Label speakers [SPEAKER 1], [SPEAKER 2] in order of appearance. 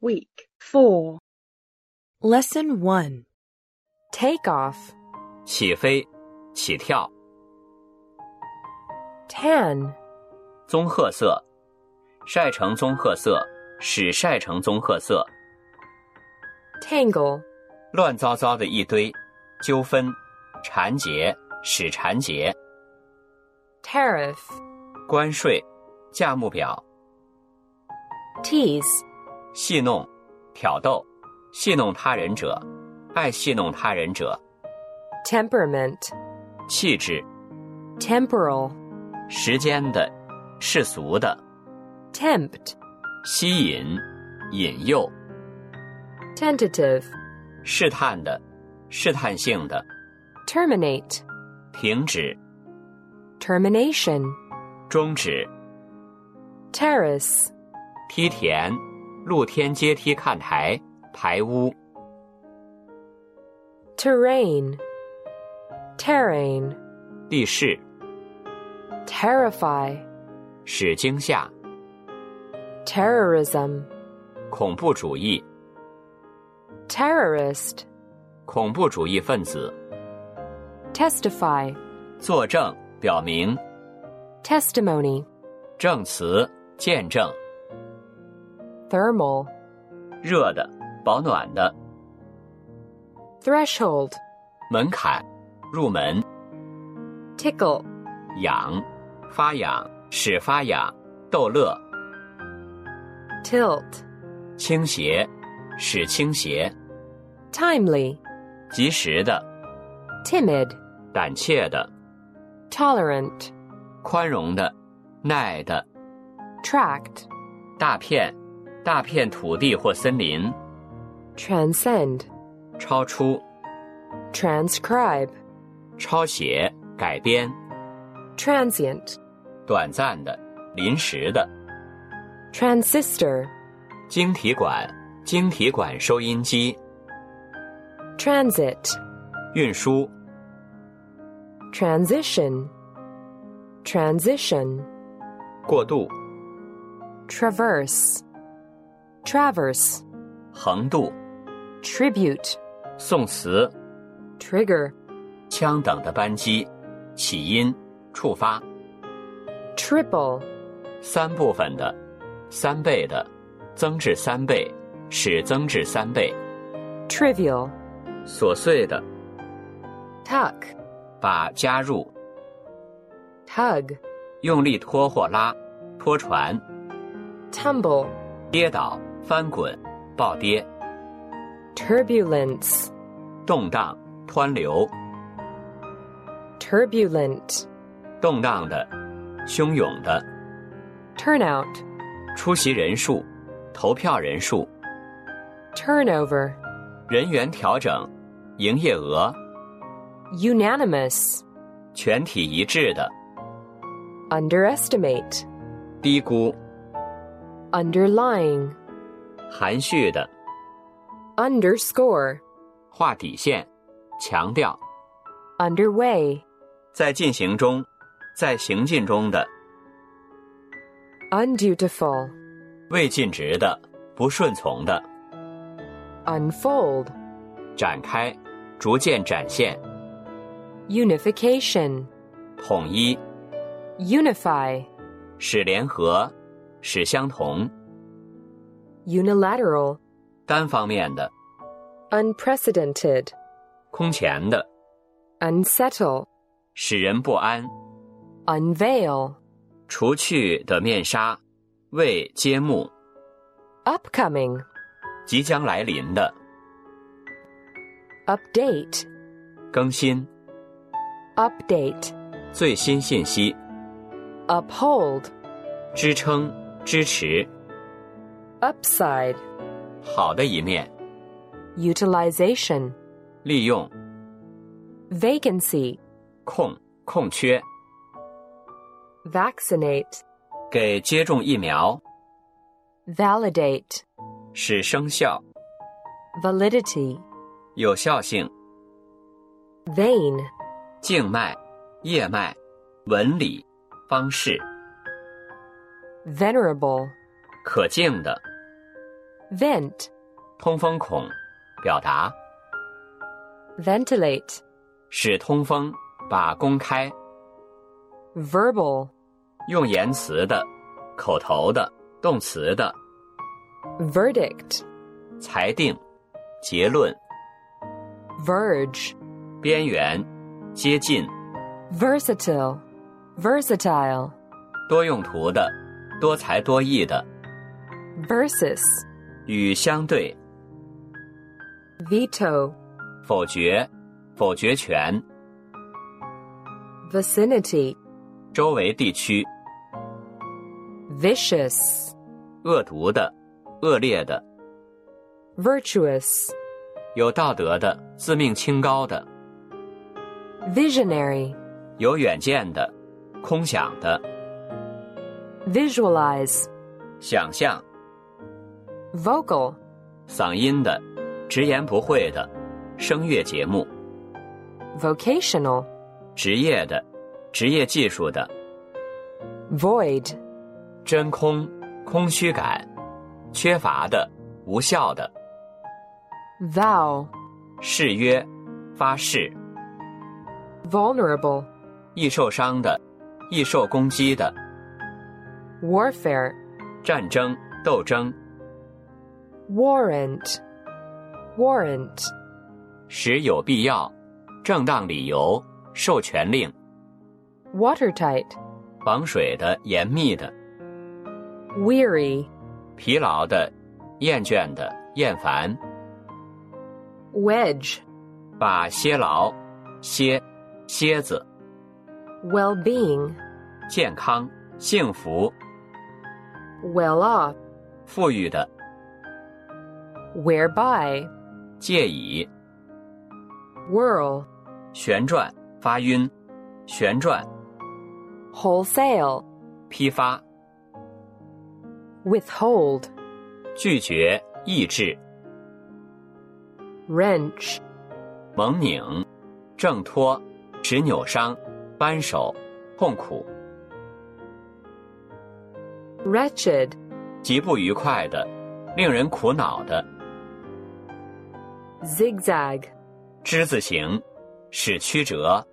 [SPEAKER 1] Week 4.
[SPEAKER 2] Lesson 1 Take off
[SPEAKER 3] 起飞、起跳、
[SPEAKER 2] tan
[SPEAKER 3] 棕褐色，晒成棕褐色，使晒成棕褐色，
[SPEAKER 2] tangle
[SPEAKER 3] 乱糟糟的一堆，纠纷、缠结、使缠结、
[SPEAKER 2] tariff
[SPEAKER 3] 关税、价目表、
[SPEAKER 2] tease
[SPEAKER 3] 戏弄、挑逗、戏弄他人者、爱戏弄他人者、
[SPEAKER 2] temperament
[SPEAKER 3] 气质、
[SPEAKER 2] temporal
[SPEAKER 3] 时间的、世俗的、
[SPEAKER 2] tempt
[SPEAKER 3] 吸引、引诱、
[SPEAKER 2] tentative
[SPEAKER 3] 试探的、试探性的、
[SPEAKER 2] terminate
[SPEAKER 3] 停止、
[SPEAKER 2] termination
[SPEAKER 3] 终止、
[SPEAKER 2] terrace
[SPEAKER 3] 梯田、露天阶梯看台、排屋、
[SPEAKER 2] terrain terrain
[SPEAKER 3] 地势、
[SPEAKER 2] terrify
[SPEAKER 3] 使惊吓、
[SPEAKER 2] terrorism
[SPEAKER 3] 恐怖主义、
[SPEAKER 2] terrorist
[SPEAKER 3] 恐怖主义分子、
[SPEAKER 2] testify
[SPEAKER 3] 作证、表明、
[SPEAKER 2] testimony
[SPEAKER 3] 证词、见证、
[SPEAKER 2] thermal
[SPEAKER 3] 热的、保暖的、
[SPEAKER 2] threshold
[SPEAKER 3] 门槛、入门、
[SPEAKER 2] tickle
[SPEAKER 3] 痒、发痒、使发痒、逗乐、
[SPEAKER 2] tilt
[SPEAKER 3] 倾斜、使倾斜、
[SPEAKER 2] timely
[SPEAKER 3] 及时的、
[SPEAKER 2] timid
[SPEAKER 3] 胆怯的、
[SPEAKER 2] tolerant
[SPEAKER 3] 宽容的、耐的、
[SPEAKER 2] tract
[SPEAKER 3] 大片、大片土地或森林、
[SPEAKER 2] transcend
[SPEAKER 3] 超出、
[SPEAKER 2] transcribe
[SPEAKER 3] 抄写、改编、
[SPEAKER 2] transient
[SPEAKER 3] 短暂的、临时的、
[SPEAKER 2] transistor
[SPEAKER 3] 晶体管、晶体管收音机、
[SPEAKER 2] transit
[SPEAKER 3] 运输、
[SPEAKER 2] transition transition
[SPEAKER 3] 过渡、
[SPEAKER 2] traverse traverse
[SPEAKER 3] 横渡、
[SPEAKER 2] tribute
[SPEAKER 3] 宋词、
[SPEAKER 2] trigger
[SPEAKER 3] 枪等的扳机、起因、触发、
[SPEAKER 2] triple
[SPEAKER 3] 三部分的、三倍的、增至三倍、使增至三倍、
[SPEAKER 2] trivial
[SPEAKER 3] 琐碎的、
[SPEAKER 2] tuck
[SPEAKER 3] 把加入、
[SPEAKER 2] tug
[SPEAKER 3] 用力拖或拉、拖船、
[SPEAKER 2] tumble
[SPEAKER 3] 跌倒、翻滚、暴跌、
[SPEAKER 2] turbulence
[SPEAKER 3] 动荡、湍流、
[SPEAKER 2] turbulent
[SPEAKER 3] 动荡的、汹涌的、
[SPEAKER 2] turnout
[SPEAKER 3] 出席人数、投票人数、
[SPEAKER 2] turnover
[SPEAKER 3] 人员调整、营业额、
[SPEAKER 2] unanimous
[SPEAKER 3] 全体一致的、
[SPEAKER 2] underestimate
[SPEAKER 3] 低估、
[SPEAKER 2] underlying
[SPEAKER 3] 含蓄的、
[SPEAKER 2] underscore
[SPEAKER 3] 划底线、强调、
[SPEAKER 2] underway
[SPEAKER 3] 在进行中、在行进中的、
[SPEAKER 2] undutiful
[SPEAKER 3] 未尽职的、不顺从的、
[SPEAKER 2] unfold
[SPEAKER 3] 展开、逐渐展现、
[SPEAKER 2] unification
[SPEAKER 3] 统一、
[SPEAKER 2] unify
[SPEAKER 3] 使联合、使相同、
[SPEAKER 2] unilateral
[SPEAKER 3] 单方面的、
[SPEAKER 2] unprecedented
[SPEAKER 3] 空前的、
[SPEAKER 2] unsettle
[SPEAKER 3] 使人不安、
[SPEAKER 2] unveil
[SPEAKER 3] 除去的面纱，为揭幕
[SPEAKER 2] upcoming
[SPEAKER 3] 即将来临的
[SPEAKER 2] update
[SPEAKER 3] 更新
[SPEAKER 2] update
[SPEAKER 3] 最新信息，
[SPEAKER 2] uphold
[SPEAKER 3] 支撑、支持
[SPEAKER 2] upside
[SPEAKER 3] 好的一面，
[SPEAKER 2] utilization
[SPEAKER 3] 利用
[SPEAKER 2] vacancy
[SPEAKER 3] 空空缺，
[SPEAKER 2] vaccinate
[SPEAKER 3] 给接种疫苗，
[SPEAKER 2] validate
[SPEAKER 3] 使生效、
[SPEAKER 2] validity
[SPEAKER 3] 有效性、
[SPEAKER 2] vein
[SPEAKER 3] 静脉、叶脉、纹理、方式、
[SPEAKER 2] venerable
[SPEAKER 3] 可敬的、
[SPEAKER 2] vent,
[SPEAKER 3] 通风孔，表达
[SPEAKER 2] ventilate,
[SPEAKER 3] 使通风，把公开，
[SPEAKER 2] verbal,
[SPEAKER 3] 用言辞的、口头的、动词的
[SPEAKER 2] verdict,
[SPEAKER 3] 裁定、结论、
[SPEAKER 2] verge,
[SPEAKER 3] 边缘、接近、
[SPEAKER 2] versatile, versatile,
[SPEAKER 3] 多用途的、多才多艺的、
[SPEAKER 2] versus,
[SPEAKER 3] 与相对、
[SPEAKER 2] veto,
[SPEAKER 3] 否决、否决权、
[SPEAKER 2] vicinity,
[SPEAKER 3] 周围地区、
[SPEAKER 2] vicious,
[SPEAKER 3] 恶毒的、恶劣的、
[SPEAKER 2] virtuous,
[SPEAKER 3] 有道德的、自命清高的、
[SPEAKER 2] visionary,
[SPEAKER 3] 有远见的、空想的、
[SPEAKER 2] visualize,
[SPEAKER 3] 想象、
[SPEAKER 2] vocal,
[SPEAKER 3] 嗓音的、直言不讳的、声乐节目、
[SPEAKER 2] vocational,
[SPEAKER 3] 职业的、职业技术的、
[SPEAKER 2] void,
[SPEAKER 3] 真空、空虚感、缺乏的、无效的、
[SPEAKER 2] thou,
[SPEAKER 3] 誓约、发誓、
[SPEAKER 2] vulnerable,
[SPEAKER 3] 易受伤的、易受攻击的、
[SPEAKER 2] warfare,
[SPEAKER 3] 战争、斗争、
[SPEAKER 2] warrant, warrant,
[SPEAKER 3] 使有必要、正当理由、授权令、
[SPEAKER 2] watertight,
[SPEAKER 3] 防水的、严密的、
[SPEAKER 2] weary,
[SPEAKER 3] 疲劳的、厌倦的、厌烦，
[SPEAKER 2] wedge,
[SPEAKER 3] 把歇劳、歇、蝎子、
[SPEAKER 2] well being,
[SPEAKER 3] 健康、幸福、
[SPEAKER 2] well off,
[SPEAKER 3] 富裕的、
[SPEAKER 2] whereby,
[SPEAKER 3] 借以、
[SPEAKER 2] whirl,
[SPEAKER 3] 旋转、发晕、旋转、
[SPEAKER 2] wholesale,
[SPEAKER 3] 批发、
[SPEAKER 2] withhold,
[SPEAKER 3] 拒绝、抑制、
[SPEAKER 2] wrench,
[SPEAKER 3] 猛拧、挣脱、使扭伤、扳手、痛苦、
[SPEAKER 2] wretched,
[SPEAKER 3] 极不愉快的、令人苦恼的、
[SPEAKER 2] zigzag,
[SPEAKER 3] 之字形，使曲折、